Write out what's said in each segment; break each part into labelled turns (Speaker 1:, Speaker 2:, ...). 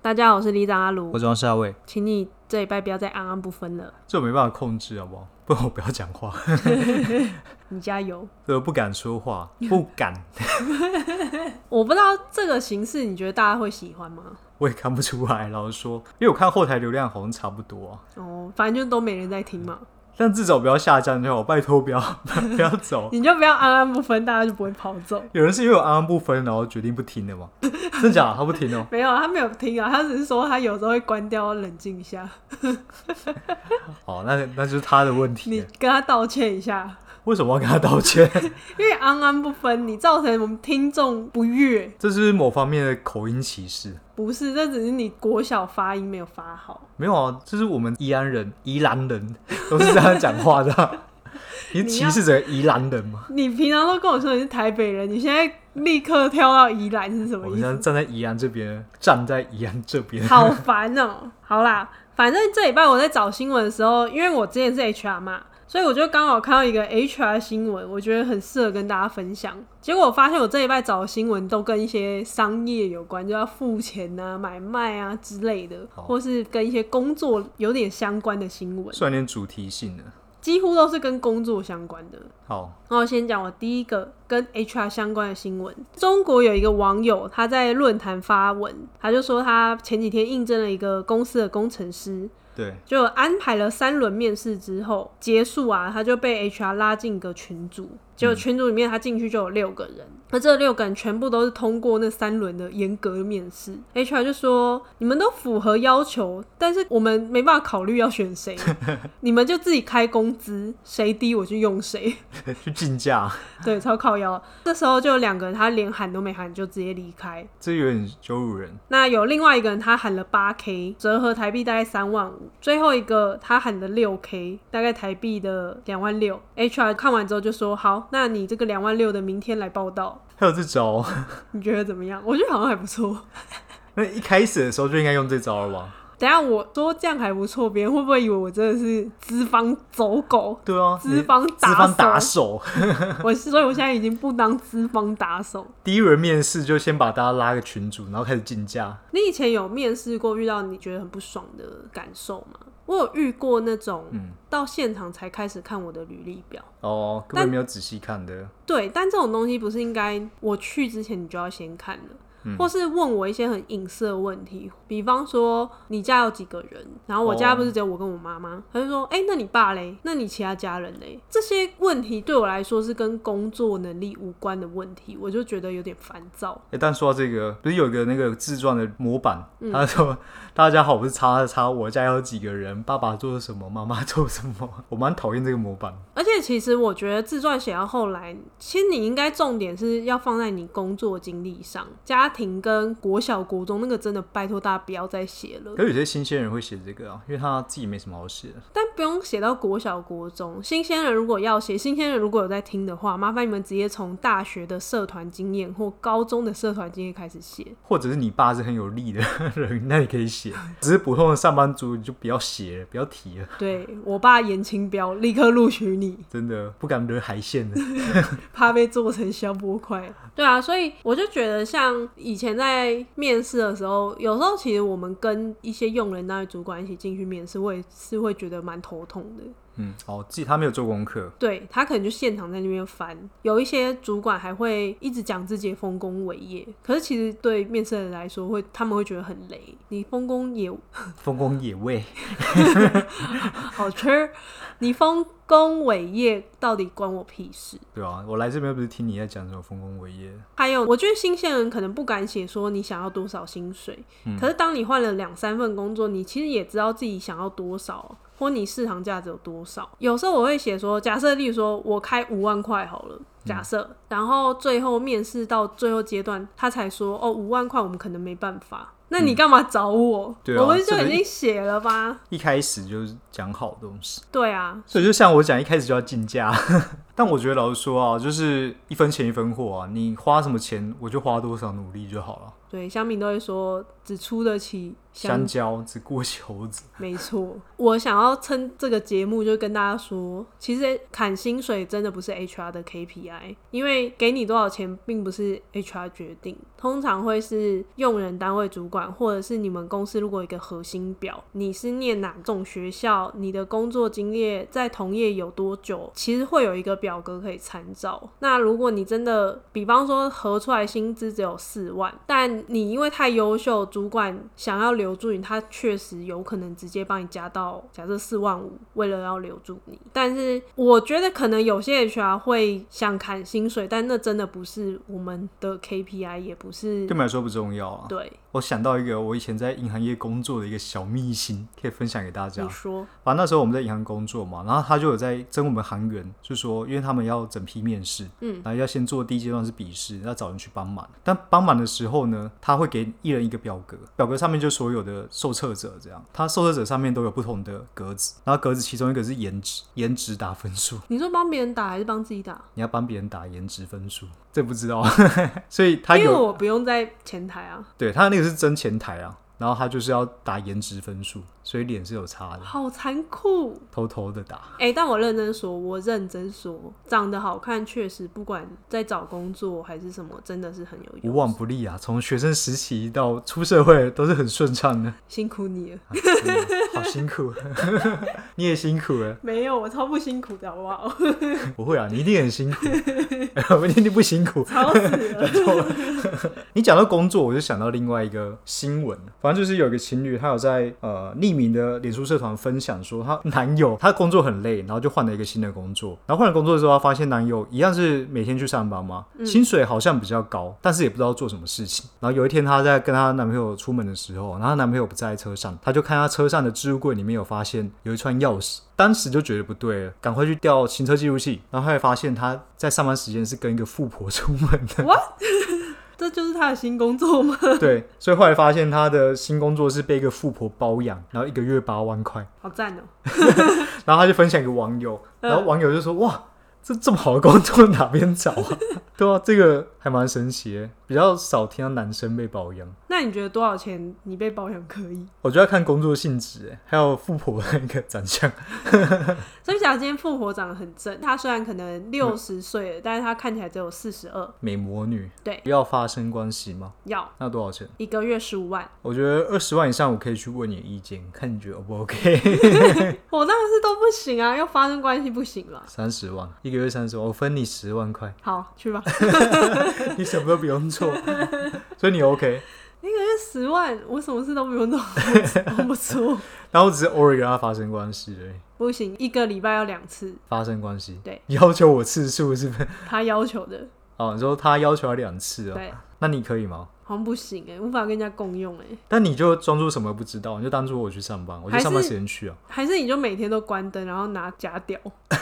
Speaker 1: 大家好，我是里长阿卢
Speaker 2: 我，装是阿伟，
Speaker 1: 请你这礼拜不要再安安不分了，
Speaker 2: 这我没办法控制，好不 好？不然我不要讲话，
Speaker 1: 你加油。
Speaker 2: 我不敢说话，不敢，
Speaker 1: 我不知道这个形式你觉得大家会喜欢吗？
Speaker 2: 我也看不出来。老实说，因为我看后台流量好像差不多啊、
Speaker 1: 哦，反正就都没人在听嘛，
Speaker 2: 但至少不要下降就好，拜托不要 不要走。
Speaker 1: 你就不要安安不分，大家就不会跑走。
Speaker 2: 有人是因为我安安不分，然后决定不听的吗？真假的？他不听哦、
Speaker 1: 没有，他没有听啊，他只是说他有时候会关掉，冷静一下，
Speaker 2: 好，那那就是他的问
Speaker 1: 你
Speaker 2: 题。
Speaker 1: 跟他道歉一下，
Speaker 2: 为什么要跟他道歉？
Speaker 1: 因为安安不分，你造成我们听众不悦，
Speaker 2: 这是某方面的口音歧视。
Speaker 1: 不是，这只是你国小发音没有发好。
Speaker 2: 没有啊，这是我们宜安人、宜兰人都是这样讲话的啊、 你
Speaker 1: 你
Speaker 2: 歧
Speaker 1: 要
Speaker 2: 视着宜兰人吗？
Speaker 1: 你平常都跟我说你是台北人，你现在立刻跳到宜兰是什
Speaker 2: 我
Speaker 1: 么
Speaker 2: 们
Speaker 1: 意
Speaker 2: 现在
Speaker 1: 思？
Speaker 2: 站在宜安这边，站在宜安这边。
Speaker 1: 好烦哦、好啦，反正这礼拜我在找新闻的时候，因为我之前是 HR 嘛，所以我就刚好看到一个 HR 新闻，我觉得很适合跟大家分享。结果我发现我这礼拜找的新闻都跟一些商业有关，就要付钱啊、买卖啊之类的，
Speaker 2: 好
Speaker 1: 或是跟一些工作有点相关的新闻，
Speaker 2: 算点主题性的。
Speaker 1: 几乎都是跟工作相关的。
Speaker 2: 好，
Speaker 1: 然后先讲我第一个跟 HR 相关的新闻。中国有一个网友，他在论坛发文，他就说他前几天应征了一个公司的工程师，
Speaker 2: 对，
Speaker 1: 就安排了三轮面试之后结束啊，他就被 HR 拉进一个群组，结果群组里面他进去就有六个人，那这六个人全部都是通过那三轮的严格的面试。HR 就说你们都符合要求，但是我们没办法考虑要选谁，你们就自己开工资，谁低我就用谁。
Speaker 2: 去竞价，
Speaker 1: 对，超靠腰。这时候就有两个人，他连喊都没喊就直接离开。
Speaker 2: 这有点羞辱人。
Speaker 1: 那有另外一个人，他喊了八 K，折合台币大概三万五。最后一个他喊的六 K，大概台币的两万六。HR 看完之后就说：“好，那你这个两万六的明天来报道，
Speaker 2: 还有这招，
Speaker 1: 你觉得怎么样？”我觉得好像还不错。
Speaker 2: 那一开始的时候就应该用这招了吧？
Speaker 1: 等一下我说这样还不错，别人会不会以为我真的是资方走狗？
Speaker 2: 对啊，
Speaker 1: 资方打
Speaker 2: 资方打
Speaker 1: 手
Speaker 2: 手，
Speaker 1: 我所以我现在已经不当资方打手。
Speaker 2: 第一轮面试就先把大家拉个群组，然后开始竞价。
Speaker 1: 你以前有面试过遇到你觉得很不爽的感受吗？我有遇过那种，
Speaker 2: 嗯
Speaker 1: 到现场才开始看我的履历表。
Speaker 2: 哦，根
Speaker 1: 但
Speaker 2: 本没有仔细看的，
Speaker 1: 对，但这种东西不是应该我去之前你就要先看的，
Speaker 2: 嗯
Speaker 1: 或是问我一些很隐私的问题，比方说你家有几个人，然后我家
Speaker 2: 哦
Speaker 1: 不是只有我跟我妈妈，他就说，哎、那你爸嘞？那你其他家人嘞？这些问题对我来说是跟工作能力无关的问题，我就觉得有点烦躁。
Speaker 2: 哎、但说到这个，不是有一个那个自传的模板，
Speaker 1: 嗯
Speaker 2: 他说：“大家好，我是叉叉叉，我家有几个人，爸爸做什么，妈妈做什么。” 我蛮讨厌这个模板。
Speaker 1: 而且其实我觉得自传写到后来，其实你应该重点是要放在你工作经历上，家庭跟国小、国中那个真的拜托大家不要再写了，
Speaker 2: 可是有些新鲜人会写这个啊，因为他自己没什么好写的。
Speaker 1: 但不用写到国小、国中。新鲜人如果要写，新鲜人如果有在听的话，麻烦你们直接从大学的社团经验或高中的社团经验开始写。
Speaker 2: 或者是你爸是很有力的人， 那你可以写。只是普通的上班族你就不要写了，不要提了，
Speaker 1: 对我爸严清标，立刻录取你。
Speaker 2: 真的不敢惹海鲜的。
Speaker 1: 怕被做成消波块。对啊，所以我就觉得，像以前在面试的时候，有时候其实我们跟一些用人单位主管一起进去面试，我也是会觉得蛮头痛的。
Speaker 2: 嗯，哦，自己他没有做功课，
Speaker 1: 对他可能就现场在那边翻，有一些主管还会一直讲自己的丰功伟业，可是其实对面试人来说会，他们会觉得很累。你丰功也
Speaker 2: 丰功野味，
Speaker 1: 好 吃，你丰功伟业到底关我屁事？
Speaker 2: 对吧、我来这边又不是听你在讲什么丰功伟业，
Speaker 1: 还有，我觉得新鲜人可能不敢写说你想要多少薪水，
Speaker 2: 嗯
Speaker 1: 可是当你换了两三份工作，你其实也知道自己想要多少，或你市场价值有多少。有时候我会写说，假设例如说我开五万块好了，
Speaker 2: 嗯
Speaker 1: 假设，然后最后面试到最后阶段，他才说哦五万块我们可能没办法。那你干嘛找我？
Speaker 2: 对啊
Speaker 1: 我不是就
Speaker 2: 这个
Speaker 1: 已经写了吧？
Speaker 2: 一开始就是讲好东西，
Speaker 1: 对啊，
Speaker 2: 所以就像我讲，一开始就要竞价。 但我觉得老实说啊，就是一分钱一分货啊，你花什么钱，我就花多少努力就好了。
Speaker 1: 对，香民都会说只出得起
Speaker 2: 香
Speaker 1: 香
Speaker 2: 蕉只过球子，
Speaker 1: 没错，我想要趁这个节目就跟大家说，其实砍薪水真的不是 HR 的 KPI，因为给你多少钱并不是 HR 决定，通常会是用人单位主管或者是你们公司如果有一个核心表，你是念哪种学校，你的工作经历在同业有多久，其实会有一个表格可以参照。那如果你真的，比方说合出来薪资只有四万，但你因为太优秀，主管想要留住你，他确实有可能直接帮你加到假设四万五，为了要留住你。但是我觉得可能有些 HR 会想砍薪水，但那真的不是我们的 KPI，也不是
Speaker 2: 对我们来说不重要啊。
Speaker 1: 对
Speaker 2: 我想到一个我以前在银行业工作的一个小秘辛，可以分享给大家
Speaker 1: 你。说，
Speaker 2: 反正那时候我们在银行工作嘛，然后他就有在征我们行员，就说因为他们要整批面试，
Speaker 1: 嗯，
Speaker 2: 然后要先做第一阶段是笔试，要找人去帮忙。但帮忙的时候呢，他会给一人一个表格，表格上面就所有的受测者这样，他受测者上面都有不同的格子，然后格子其中一个是颜值，颜值打分数，
Speaker 1: 你说帮别人打还是帮自己打？
Speaker 2: 你要帮别人打颜值分数，这不知道， 所以他
Speaker 1: 因为
Speaker 2: 有
Speaker 1: 我不用在前台啊，
Speaker 2: 对他那个是真前台啊，然后他就是要打颜值分数，所以脸是有差的，
Speaker 1: 好残酷。
Speaker 2: 偷偷的打。
Speaker 1: 哎、但我认真说，我认真说，长得好看确实，不管在找工作还是什么，真的是很有
Speaker 2: 无
Speaker 1: 用。
Speaker 2: 往不利啊！从学生时期到出社会都是很顺畅的、
Speaker 1: 辛苦你了，
Speaker 2: 啊真的好辛苦， 你也辛苦了，
Speaker 1: 没有，我超不辛苦的，好不好？
Speaker 2: 不会啊，你一定很辛苦， 我一定不辛苦。
Speaker 1: 超死了。
Speaker 2: 你讲到工作，我就想到另外一个新闻，反正就是有一个情侣，她有在呃匿名的脸书社团分享说，她男友她工作很累，然后就换了一个新的工作，然后换了工作之后，她发现男友一样是每天去上班嘛，薪水好像比较高，但是也不知道做什么事情。然后有一天她在跟她男朋友出门的时候，然后她男朋友不在车上，她就看她车上的置物柜里面有发现有一串钥匙。当时就觉得不对了，赶快去调行车记录器，然后后来发现她在上班时间是跟一个富婆出门的，
Speaker 1: 这就是他的新工作吗？
Speaker 2: 对，所以后来发现他的新工作是被一个富婆包养，然后一个月八万块，
Speaker 1: 好赞哦、
Speaker 2: 然后他就分享给网友，
Speaker 1: 嗯
Speaker 2: 然后网友就说：“哇，这这么好的工作哪边找啊？” 对啊，这个还蛮神奇的，比较少听到男生被包养。
Speaker 1: 那你觉得多少钱你被包养可以？
Speaker 2: 我觉得要看工作性质，还有富婆的一个长相。
Speaker 1: 所以假如今天富婆长得很正，她虽然可能六十岁了，但是她看起来只有四十二，
Speaker 2: 美魔女
Speaker 1: 对，
Speaker 2: 要发生关系吗？
Speaker 1: 要
Speaker 2: 那多少钱？
Speaker 1: 一个月十五万，
Speaker 2: 我觉得二十万以上，我可以去问你的意见，看你觉得 O 不 OK？
Speaker 1: 我当然是都不行啊，要发生关系不行了。
Speaker 2: 三十万，一个月三十万，我分你十万块，
Speaker 1: 好，去吧。
Speaker 2: 你什么都不用做，所以你 OK。
Speaker 1: 一个月十万，我什么事都不用做，我不做。
Speaker 2: 然后只是偶尔跟他发生关系而已，
Speaker 1: 不行，一个礼拜要两次，
Speaker 2: 发生关系。
Speaker 1: 对，
Speaker 2: 要求我次数是不 是？
Speaker 1: 他要求的，
Speaker 2: 哦，你说他要求他两次哦，
Speaker 1: 对，
Speaker 2: 那你可以吗？
Speaker 1: 好像不行哎、无法跟人家共用哎、
Speaker 2: 但你就装作什么不知道，你就当做我去上班，我就
Speaker 1: 还是呃
Speaker 2: 上班时间去啊。
Speaker 1: 还是你就每天都关灯，然后拿假屌，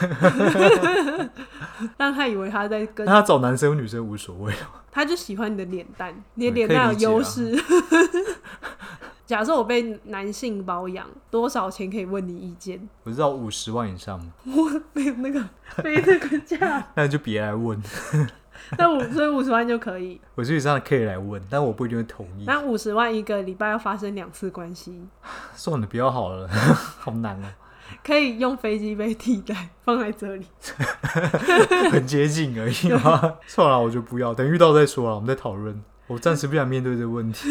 Speaker 1: 让他以为他在
Speaker 2: 那
Speaker 1: 跟，
Speaker 2: 他找男生女生无所谓，
Speaker 1: 他就喜欢你的脸蛋，你
Speaker 2: 嗯
Speaker 1: 的脸
Speaker 2: 可以
Speaker 1: 蛋
Speaker 2: 理
Speaker 1: 有
Speaker 2: 解啊
Speaker 1: 优势。 假设我被男性包养，多少钱可以问你意见？
Speaker 2: 我知道五十万以上嘛，
Speaker 1: 我没有 那个，没那个价，
Speaker 2: 那就别来问。
Speaker 1: 那五所以五十万就可以，
Speaker 2: 我实际上可以来问，但我不一定会同意。
Speaker 1: 那五十万一个礼拜要发生两次关系，
Speaker 2: 算了，不要好了， 好难啊，
Speaker 1: 可以用飞机杯替代，放在这里。
Speaker 2: 很接近而已嘛。 算了，我就不要，等遇到再说啊了，我们再讨论。我暂时不想面对这个问 题，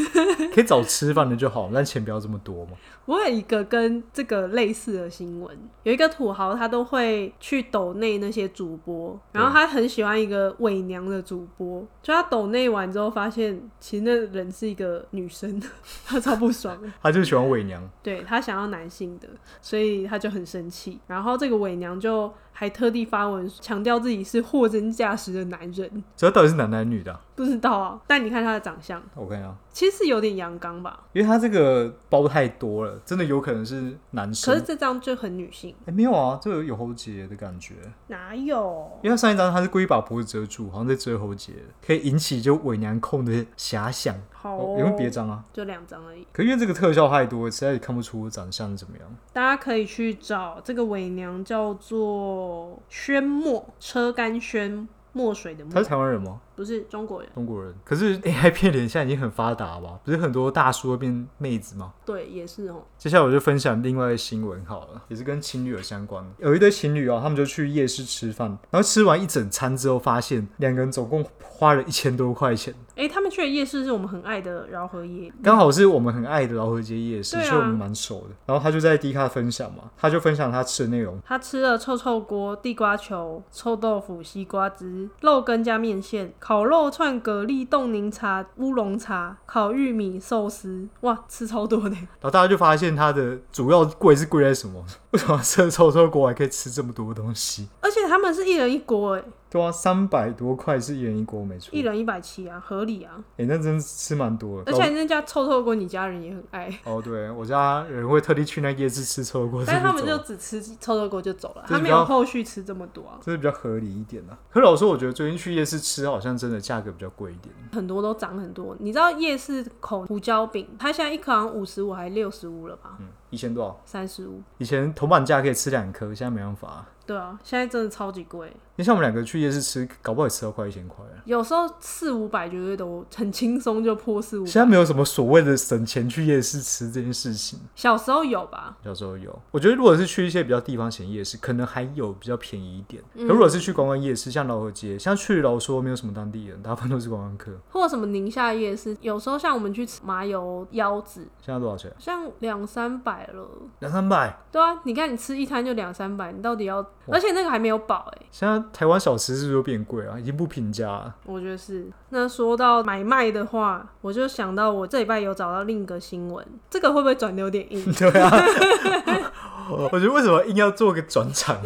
Speaker 2: 可以找吃饭的就好，但钱不要这么多嘛。
Speaker 1: 我有一个跟这个类似的新闻，有一个土豪他都会去抖内那些主播，然后他很喜欢一个伪娘的主播，就他抖内完之后发现，其实那人是一个女生， 他超不爽的，
Speaker 2: 他就喜欢伪娘。
Speaker 1: 对他想要男性的，所以他就很生气。然后这个伪娘就还特地发文强调自己是货真价实的男人，
Speaker 2: 这到底是男男女的啊、
Speaker 1: 不知道啊，但你看他的长相，
Speaker 2: 我看一下，
Speaker 1: 其实有点阳刚吧，
Speaker 2: 因为他这个包太多了，真的有可能是男生。
Speaker 1: 可是这张就很女性，
Speaker 2: 哎、没有啊，这个有喉结的感觉，
Speaker 1: 哪有？
Speaker 2: 因为他上一张他是故意把脖子遮住，好像在遮喉结，可以引起就伪娘控的遐想，
Speaker 1: 好、
Speaker 2: 哦
Speaker 1: 哦，
Speaker 2: 有没有别张啊？
Speaker 1: 就两张而已。
Speaker 2: 可因为这个特效太多，实在也看不出长相是怎么样。
Speaker 1: 大家可以去找这个伪娘，叫做宣墨，车干宣墨水的
Speaker 2: 他
Speaker 1: 墨
Speaker 2: 是，台湾人吗？
Speaker 1: 不是中国人。
Speaker 2: 中国人。嗯可是 AI 变脸现在已经很发达了吧？不是很多大叔会变妹子吗？
Speaker 1: 对，也是哦。
Speaker 2: 接下来我就分享另外一个新闻好了，也是跟情侣有相关的。有一对情侣啊，他们就去夜市吃饭，然后吃完一整餐之后，发现两个人总共花了一千多块钱，
Speaker 1: 哎、他们去的夜市是我们很爱的饶河夜，
Speaker 2: 刚好是我们很爱的饶河街夜市，
Speaker 1: 对啊
Speaker 2: 所以我们蛮熟的。然后他就在 D 卡分享嘛，他就分享他吃的内容，
Speaker 1: 他吃了臭臭锅、地瓜球、臭豆腐、西瓜汁、肉羹加面线、烤肉串、蛤蜊冻柠茶、乌龙茶、烤玉米寿司，哇，吃超多的。
Speaker 2: 然后大家就发现他的主要贵是贵在什么？ 为什么吃了臭臭锅还可以吃这么多东西？
Speaker 1: 而且他们是一人一锅，哎，
Speaker 2: 对啊，三百多块是一人一锅，没错。
Speaker 1: 一
Speaker 2: 哎、
Speaker 1: 人一百七啊，合理啊。
Speaker 2: 那真是吃蛮多的。
Speaker 1: 而且那家臭臭锅，你家人也很爱，
Speaker 2: 哦，对，我家人会特地去那夜市吃臭 锅，
Speaker 1: 但是他们
Speaker 2: 这
Speaker 1: 就
Speaker 2: 种
Speaker 1: 只吃臭臭锅就走了，
Speaker 2: 这是
Speaker 1: 他没
Speaker 2: 比
Speaker 1: 有
Speaker 2: 较
Speaker 1: 后续吃这么多啊，
Speaker 2: 这是比较合理一点的、啊。可是老实说，我觉得最近去夜市吃好像真的价格比较贵一点。
Speaker 1: 很多都涨很多。你知道夜市口胡椒饼，它现在一颗好像五十五还六十五了吧，
Speaker 2: 嗯，以前多少？
Speaker 1: 三十五。
Speaker 2: 以前铜板价可以吃两颗，现在没办法、啊。
Speaker 1: 对啊，现在真的超级贵，
Speaker 2: 你像我们两个去夜市吃，搞不好也吃到快一千块啊了。
Speaker 1: 有时候四五百绝对都很轻松就破四五
Speaker 2: 现在
Speaker 1: 百。
Speaker 2: 没有什么所谓的省钱去夜市吃这件事情。
Speaker 1: 小时候有吧？
Speaker 2: 小时候有，我觉得如果是去一些比较地方型夜市，可能还有比较便宜一点。可如果是去观光夜市，像老河街，像去老说没有什么当地人，大部分都是观光客。
Speaker 1: 或者什么宁夏夜市，有时候像我们去吃麻油腰子，
Speaker 2: 现在多少钱？
Speaker 1: 像两三百了。
Speaker 2: 两三百。
Speaker 1: 对啊，你看你吃一餐就两三百，你到底要？而且那个还没有饱哎、
Speaker 2: 现在台湾小吃是不是都变贵啊？已经不平价了。
Speaker 1: 我觉得是。那说到买卖的话，我就想到我这礼拜有找到另一个新闻，这个会不会转的有点硬？
Speaker 2: 对啊，我觉得为什么硬要做个转场？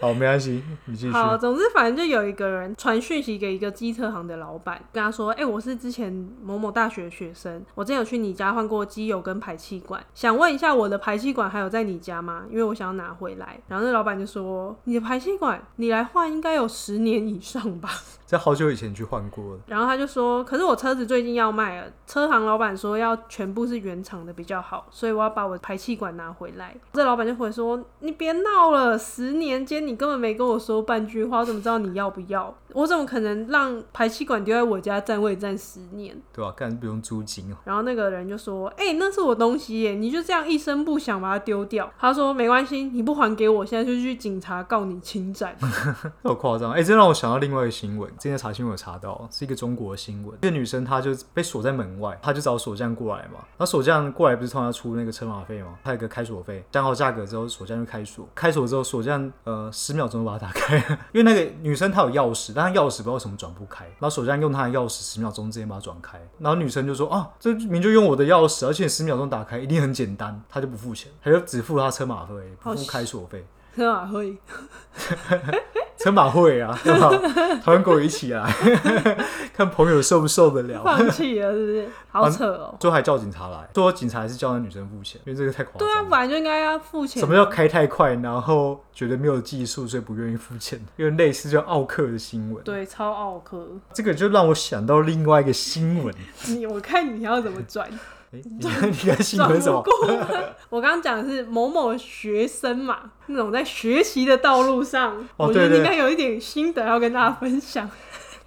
Speaker 2: 好，没关系，你 继续。
Speaker 1: 好，总之反正就有一个人传讯息给一个机车行的老板，跟他说：“哎、我是之前某某大学的学生，我之前有去你家换过机油跟排气管，想问一下我的排气管还有在你家吗？因为我想要拿回来。”然后那老板就说：“你的排气管你来换应该有十年以上吧。”
Speaker 2: 在好久以前去换过了，
Speaker 1: 然后他就说：“可是我车子最近要卖了，车行老板说要全部是原厂的比较好，所以我要把我的排气管拿回来。”这老板就回说：“你别闹了，十年间你根本没跟我说半句话，我怎么知道你要不要？我怎么可能让排气管丢在我家占位占十年？”
Speaker 2: 对吧、干不用租金哦、
Speaker 1: 然后那个人就说：“哎、那是我东西耶，你就这样一声不响把它丢掉。”他说：“没关系，你不还给我，现在就去警察告你侵占。”
Speaker 2: 这 好夸张！哎、这让我想到另外一个新闻，之前查新闻有查到，是一个中国的新闻。这个女生她就被锁在门外，她就找锁匠过来嘛。然后锁匠过来不是通常要出那个车马费吗？她有个开锁费，讲好价格之后，锁匠就开锁。开锁之后，锁匠呃十秒钟就把它打开， 因为那个女生她有钥匙，但她钥匙不知道为什么转不开。然后锁匠用她的钥匙十秒钟之间把它转开，然后女生就说啊，这明就用我的钥匙，而且十秒钟打开一定很简单，她就不付钱，她就只付她车马费，不
Speaker 1: 好
Speaker 2: 付开锁费。
Speaker 1: 车马会
Speaker 2: 车马会啊， 对吧？台湾狗一起来， 看朋友受不受得了。
Speaker 1: 放弃了，是不是？好扯哦、
Speaker 2: 最后还叫警察来，最后警察还是叫那女生付钱，因为这个太夸
Speaker 1: 对啊，
Speaker 2: 张。
Speaker 1: 本
Speaker 2: 了。
Speaker 1: 来就应该要付钱。
Speaker 2: 什么叫开太快，然后觉得没有技术，所以不愿意付钱？因为类似叫奥克的新闻，
Speaker 1: 对，超奥克。
Speaker 2: 这个就让我想到另外一个新闻。
Speaker 1: 你我看你要怎么转，
Speaker 2: 诶你 看，你看新
Speaker 1: 转
Speaker 2: 闻
Speaker 1: 不
Speaker 2: 是什么？
Speaker 1: 过来。我刚刚讲的是某某学生嘛，那种在学习的道路上，
Speaker 2: 哦
Speaker 1: 我觉
Speaker 2: 对
Speaker 1: 得
Speaker 2: 对
Speaker 1: 应该有一点心得要跟大家 分享。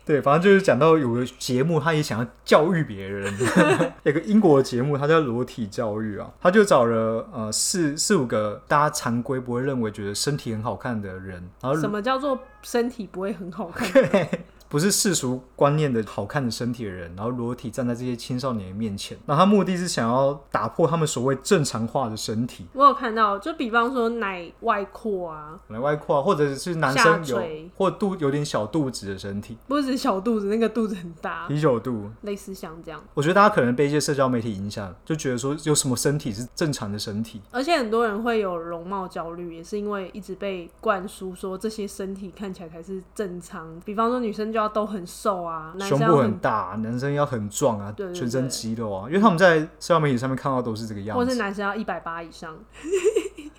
Speaker 2: 对，反正就是讲到有个节目，他也想要教育别人。 有个英国的节目，它叫《裸体教育》啊，他就找了呃四四五个大家常规不会认为觉得身体很好看的人，然后
Speaker 1: 什么叫做身体不会很好看？
Speaker 2: 不是世俗观念的好看的身体的人，然后裸体站在这些青少年的面前，那他目的是想要打破他们所谓正常化的身体，
Speaker 1: 我有看到，就比方说奶外扩啊，
Speaker 2: 可能外扩啊，或者是男生
Speaker 1: 下
Speaker 2: 有
Speaker 1: 垂
Speaker 2: 或肚有点小肚子的身体，
Speaker 1: 不是指小肚子，那个肚子很大，
Speaker 2: 啤酒肚，
Speaker 1: 类似像这样。
Speaker 2: 我觉得大家可能被一些社交媒体影响，就觉得说有什么身体是正常的身体。
Speaker 1: 而且很多人会有容貌焦虑，也是因为一直被灌输说这些身体看起来才是正常。比方说女生就要都很瘦啊，男
Speaker 2: 胸
Speaker 1: 生要
Speaker 2: 部
Speaker 1: 很
Speaker 2: 很大、男生要很壮啊，
Speaker 1: 对对对
Speaker 2: 全身肌肉啊，因为他们在社交媒体上面看到都是这个样
Speaker 1: 或是
Speaker 2: 子。
Speaker 1: 男生要一百八以上，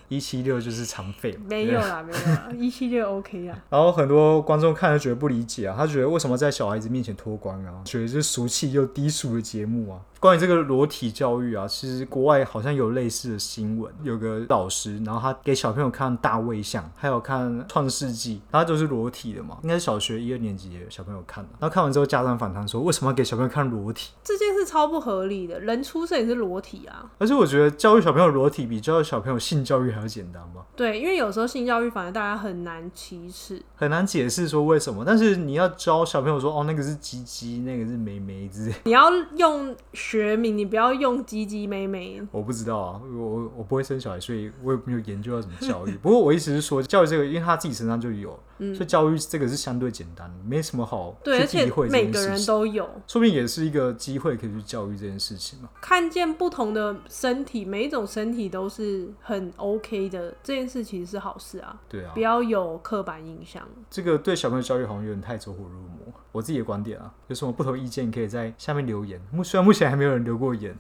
Speaker 2: 一七六就是常废嘛，
Speaker 1: 没有啦，没有啦，一七六 OK 啊啦。
Speaker 2: 然后很多观众看了觉得不理解啊，他觉得为什么在小孩子面前脱光啊，觉得这是俗气又低俗的节目啊。关于这个裸体教育啊，其实国外好像有类似的新闻，有个老师，然后他给小朋友看大卫像，还有看《创世纪》，然后就是裸体的嘛，应该是小学一二年级的小朋友看的。然后看完之后，家长反弹说，为什么要给小朋友看裸体？
Speaker 1: 这件事超不合理的，人出生也是裸体啊。
Speaker 2: 而且我觉得教育小朋友裸体比教育小朋友性教育还要简单吧。
Speaker 1: 对，因为有时候性教育反而大家很难启齿。
Speaker 2: 很难解释说为什么，但是你要教小朋友说哦，那个是鸡鸡，那个是梅梅之类，
Speaker 1: 你要用学名，你不要用鸡鸡妹妹。
Speaker 2: 我不知道啊，我我不会生小孩，所以我也没有研究要怎么教育。 不过我意思是说，教育这个，因为他自己身上就有，所以教育这个是相对简单，没什么好
Speaker 1: 嗯对，而
Speaker 2: 去
Speaker 1: 且
Speaker 2: 避讳这
Speaker 1: 每
Speaker 2: 件
Speaker 1: 个
Speaker 2: 事
Speaker 1: 人
Speaker 2: 情。
Speaker 1: 都有
Speaker 2: 说不定也是一个机会，可以去教育这件事情嘛。
Speaker 1: 看见不同的身体，每一种身体都是很 OK 的，这件事其实是好事啊，
Speaker 2: 对啊
Speaker 1: 不，要有刻板印象。
Speaker 2: 这个对小朋友教育好像有点太走火入魔。我自己的观点啊，有什么不同意见可以在下面留言。目虽然目前还没有人留过言，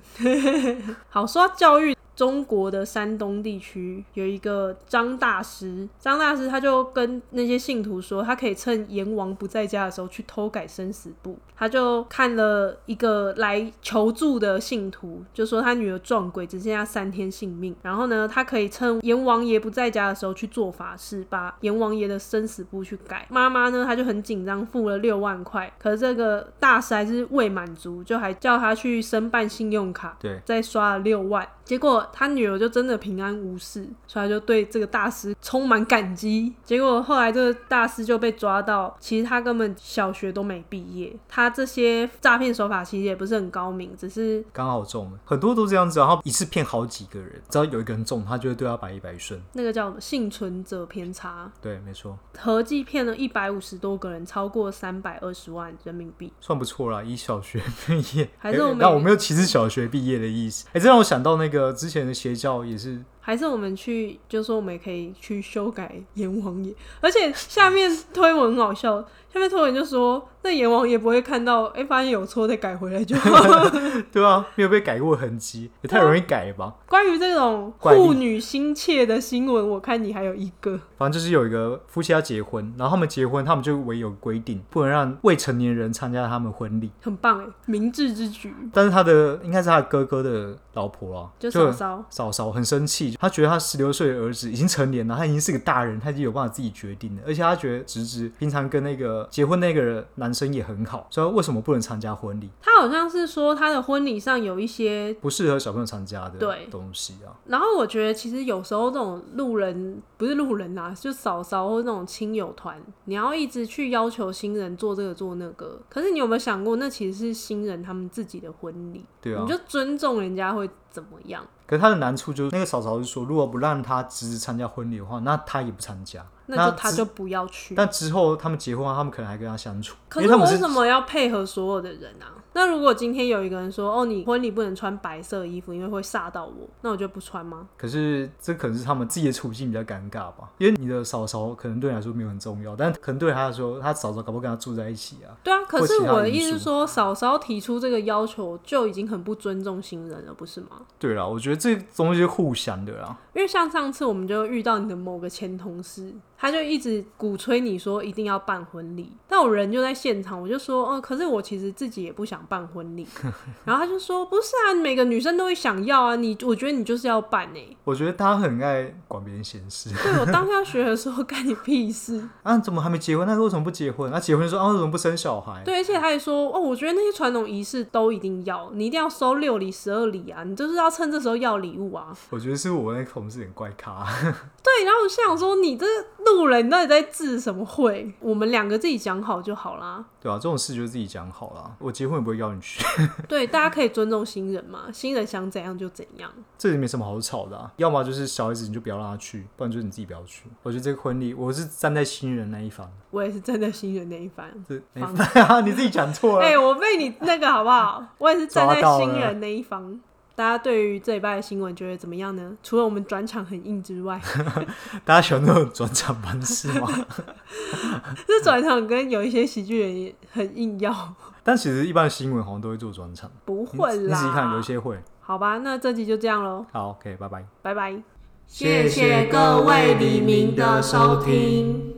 Speaker 1: 好，说到教育，中国的山东地区有一个张大师，张大师他就跟那些信徒说，他可以趁阎王不在家的时候去偷改生死簿。他就看了一个来求助的信徒，就说他女儿撞鬼，只剩下三天性命。然后呢，他可以趁阎王爷不在家的时候去做法事，把阎王爷的生死簿去改。妈妈呢，她就很紧张，付了六万块，可是这个大师还是未满足，就还叫他去申办信用卡。
Speaker 2: 对，
Speaker 1: 再刷了六万，结果他女儿就真的平安无事，所以他就对这个大师充满感激。结果后来这个大师就被抓到，其实他根本小学都没毕业，他这些诈骗手法其实也不是很高明，只是
Speaker 2: 刚好中了，很多都这样子啊，然后一次骗好几个人，只要有一个人中，他就会对他百依百顺。
Speaker 1: 那个叫什么幸存者偏差，
Speaker 2: 对，没错，
Speaker 1: 合计骗了一百五十多个人，超过三百二十万人民币。
Speaker 2: 算不错啦，以小学毕业，
Speaker 1: 还是我们
Speaker 2: 诶那我没有歧视小学毕业的意思。哎、这让我想到那个之前的邪教也是，
Speaker 1: 还是我们去，就说我们也可以去修改阎王爷，而且下面推文很好笑， 下面推文就说那阎王爷不会看到，哎、发现有错再改回来就 好。
Speaker 2: 对啊，没有被改过痕迹，也太容易改了吧。
Speaker 1: 关于这种护女心切的新闻，我看你还有一个，
Speaker 2: 反正就是有一个夫妻要结婚，然后他们结婚，他们就唯有规定不能让未成年人参加他们婚礼。
Speaker 1: 很棒哎，明智之举，
Speaker 2: 但是他的应该是他的哥哥的老婆啊，
Speaker 1: 就嫂嫂。
Speaker 2: 嫂嫂很生气，她觉得她十六岁的儿子已经成年了，他已经是个大人，他已经有办法自己决定了，而且她觉得侄子平常跟那个结婚那个男生也很好，所以为什么不能参加婚礼？
Speaker 1: 他好像是说他的婚礼上有一些，
Speaker 2: 不适合小朋友参加的
Speaker 1: 对
Speaker 2: 东西啊。
Speaker 1: 然后我觉得其实有时候这种路人不是路人啦、就嫂嫂或那种亲友团，你要一直去要求新人做这个做那个，可是你有没有想过，那其实是新人他们自己的婚礼，
Speaker 2: 对啊
Speaker 1: 你，就尊重人家会怎么样？
Speaker 2: 可是他的难处就是，那个嫂嫂就说，如果不让他侄子参加婚礼的话，那他也不参加。
Speaker 1: 那就他
Speaker 2: 之
Speaker 1: 就不要去。
Speaker 2: 但之后他们结婚啊，他们可能还跟他相处，
Speaker 1: 可
Speaker 2: 因
Speaker 1: 是
Speaker 2: 为他
Speaker 1: 我
Speaker 2: 们
Speaker 1: 为
Speaker 2: 是
Speaker 1: 什么要配合所有的人啊？那如果今天有一个人说：“哦，你婚礼不能穿白色衣服，因为会煞到我”，那我就不穿吗？
Speaker 2: 可是这可能是他们自己的处境比较尴尬吧，因为你的嫂嫂可能对你来说没有很重要，但可能对他来说，他嫂嫂搞不好跟他住在一起啊。
Speaker 1: 对啊，可
Speaker 2: 或
Speaker 1: 是
Speaker 2: 其他
Speaker 1: 我的
Speaker 2: 因
Speaker 1: 意思是
Speaker 2: 素
Speaker 1: 说，嫂嫂提出这个要求就已经很不尊重新人了，不是吗？
Speaker 2: 对啦，我觉得这东西是互相的啦。
Speaker 1: 因为像上次我们就遇到你的某个前同事，他就一直鼓吹你说一定要办婚礼，但我人就在现场，我就说，嗯、可是我其实自己也不想办婚礼。然后他就说，不是啊，每个女生都会想要啊，你我觉得你就是要办哎、
Speaker 2: 我觉得他很爱管别人闲事
Speaker 1: 对我当下学的时候，干你屁事。
Speaker 2: 啊，怎么还没结婚？那为什么不结婚？那、结婚就说啊，为什么不生小孩？
Speaker 1: 对，而且他还说，哦，我觉得那些传统仪式都一定要，你一定要收六礼、十二礼啊，你就是要趁这时候要礼物啊。
Speaker 2: 我觉得是我那个同事很怪咖，
Speaker 1: 对，然后我想说，你这路人到底在治什么会？我们两个自己讲好就好啦。
Speaker 2: 对啊吧、这种事就自己讲好啦。我结婚也不会邀你去，
Speaker 1: 对，大家可以尊重新人嘛，新人想怎样就怎样。
Speaker 2: 这也没什么好吵的、啊。要么就是小孩子你就不要让他去，不然就是你自己不要去。我觉得这个婚礼，我是站在新人那一方，
Speaker 1: 我也是站在新人那一 方。
Speaker 2: 这那
Speaker 1: 方
Speaker 2: 一方你自己讲错了。
Speaker 1: 哎、我被你那个好不好？我也是站在
Speaker 2: 抓到了
Speaker 1: 新人那一方。大家对于这一拜的新闻觉得怎么样呢？除了我们转场很硬之外，
Speaker 2: 大家喜欢那种转场方式吗？
Speaker 1: 这转场跟有一些喜剧人也很硬要，
Speaker 2: 但其实一般新闻好像都会做转场，
Speaker 1: 不
Speaker 2: 你
Speaker 1: 会
Speaker 2: 你
Speaker 1: 啦。
Speaker 2: 仔细看，有一些会。
Speaker 1: 好吧，那这集就这样喽，
Speaker 2: 好，OK，拜拜。
Speaker 1: 拜拜。谢谢各位黎明的收听。